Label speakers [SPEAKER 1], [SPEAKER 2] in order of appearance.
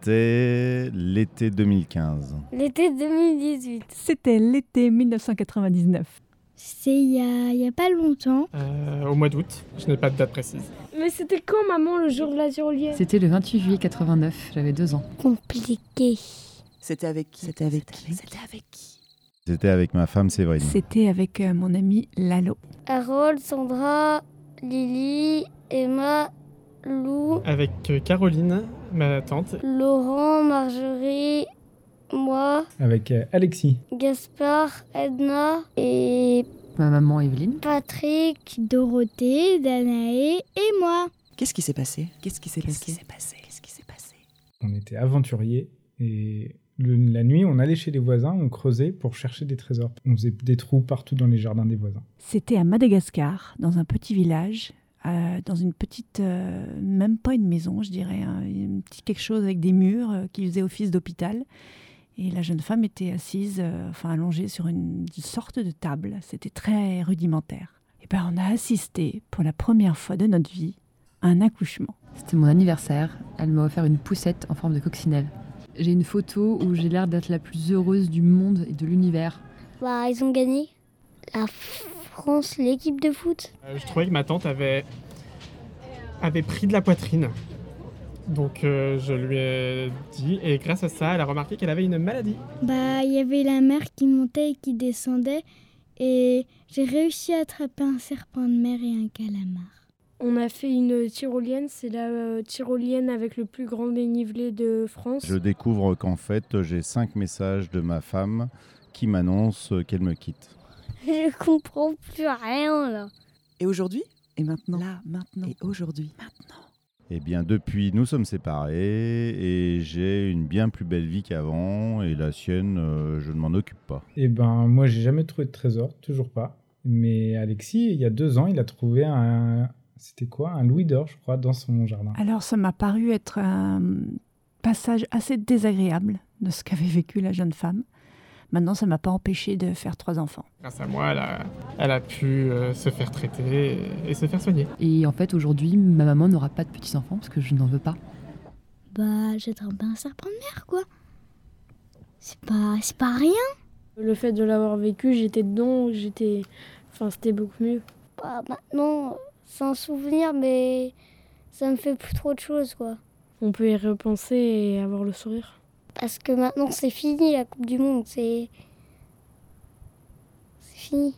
[SPEAKER 1] C'était l'été 2015.
[SPEAKER 2] L'été 2018.
[SPEAKER 3] C'était l'été 1999.
[SPEAKER 4] C'est il y a, il y a pas longtemps.
[SPEAKER 5] Euh, au mois d'août, je n'ai pas de date précise.
[SPEAKER 2] Mais c'était quand, maman, le jour de la surlière
[SPEAKER 6] C'était le 28 juillet 89, j'avais deux ans.
[SPEAKER 4] Compliqué.
[SPEAKER 7] C'était avec qui
[SPEAKER 8] C'était avec qui
[SPEAKER 7] C'était avec qui
[SPEAKER 1] C'était avec ma femme Séverine.
[SPEAKER 3] C'était avec euh, mon ami Lalo.
[SPEAKER 2] Harold, Sandra, Lily, Emma, Lou,
[SPEAKER 5] Avec euh, Caroline, ma tante.
[SPEAKER 2] Laurent, Marjorie, moi,
[SPEAKER 9] Avec euh, Alexis.
[SPEAKER 2] Gaspard, Edna et
[SPEAKER 6] Ma maman Evelyne.
[SPEAKER 2] Patrick.
[SPEAKER 4] Dorothée, Danae et moi.
[SPEAKER 8] Qu'est-ce qui s'est passé Qu'est-ce qui s'est
[SPEAKER 7] Qu'est-ce qui
[SPEAKER 8] passé
[SPEAKER 7] s'est passé Qu'est-ce qui s'est passé
[SPEAKER 9] On était aventuriers et le- la nuit, on allait chez les voisins, on creusait pour chercher des trésors. On faisait des trous partout dans les jardins des voisins.
[SPEAKER 3] C'était à Madagascar, dans un petit village, euh, dans une petite, euh, même pas une maison, je dirais, hein, un petit quelque chose avec des murs euh, qui faisait office d'hôpital. Et la jeune femme était assise, euh, enfin allongée sur une sorte de table. C'était très rudimentaire. Et ben, on a assisté pour la première fois de notre vie à un accouchement.
[SPEAKER 6] C'était mon anniversaire. Elle m'a offert une poussette en forme de coccinelle. J'ai une photo où j'ai l'air d'être la plus heureuse du monde et de l'univers.
[SPEAKER 2] Bah, ils ont gagné. La France, l'équipe de foot.
[SPEAKER 5] Euh, je trouvais que ma tante avait, avait pris de la poitrine. Donc euh, je lui ai dit, et grâce à ça, elle a remarqué qu'elle avait une maladie.
[SPEAKER 4] Bah, il y avait la mer qui montait et qui descendait. Et j'ai réussi à attraper un serpent de mer et un calamar.
[SPEAKER 2] On a fait une tyrolienne, c'est la euh, tyrolienne avec le plus grand dénivelé de France.
[SPEAKER 1] Je découvre qu'en fait, j'ai cinq messages de ma femme qui m'annoncent qu'elle me quitte.
[SPEAKER 2] Je comprends plus rien là.
[SPEAKER 8] Et aujourd'hui
[SPEAKER 7] Et maintenant
[SPEAKER 8] Là, maintenant.
[SPEAKER 7] Et aujourd'hui
[SPEAKER 1] Eh bien, depuis, nous sommes séparés et j'ai une bien plus belle vie qu'avant et la sienne, euh, je ne m'en occupe pas.
[SPEAKER 9] Et ben, moi, j'ai jamais trouvé de trésor, toujours pas. Mais Alexis, il y a deux ans, il a trouvé un. C'était quoi Un louis d'or, je crois, dans son jardin.
[SPEAKER 3] Alors ça m'a paru être un passage assez désagréable de ce qu'avait vécu la jeune femme. Maintenant, ça m'a pas empêché de faire trois enfants.
[SPEAKER 5] Grâce à moi, elle a, elle a pu euh, se faire traiter et, et se faire soigner.
[SPEAKER 6] Et en fait, aujourd'hui, ma maman n'aura pas de petits-enfants parce que je n'en veux pas.
[SPEAKER 4] Bah, j'ai attrapé un serpent de mer, quoi. C'est pas, c'est pas rien.
[SPEAKER 10] Le fait de l'avoir vécu, j'étais dedans, j'étais. Enfin, c'était beaucoup mieux.
[SPEAKER 2] Bah, maintenant, c'est un souvenir, mais ça me fait plus trop de choses quoi.
[SPEAKER 10] On peut y repenser et avoir le sourire.
[SPEAKER 2] Parce que maintenant, c'est fini la Coupe du Monde, c'est. C'est fini.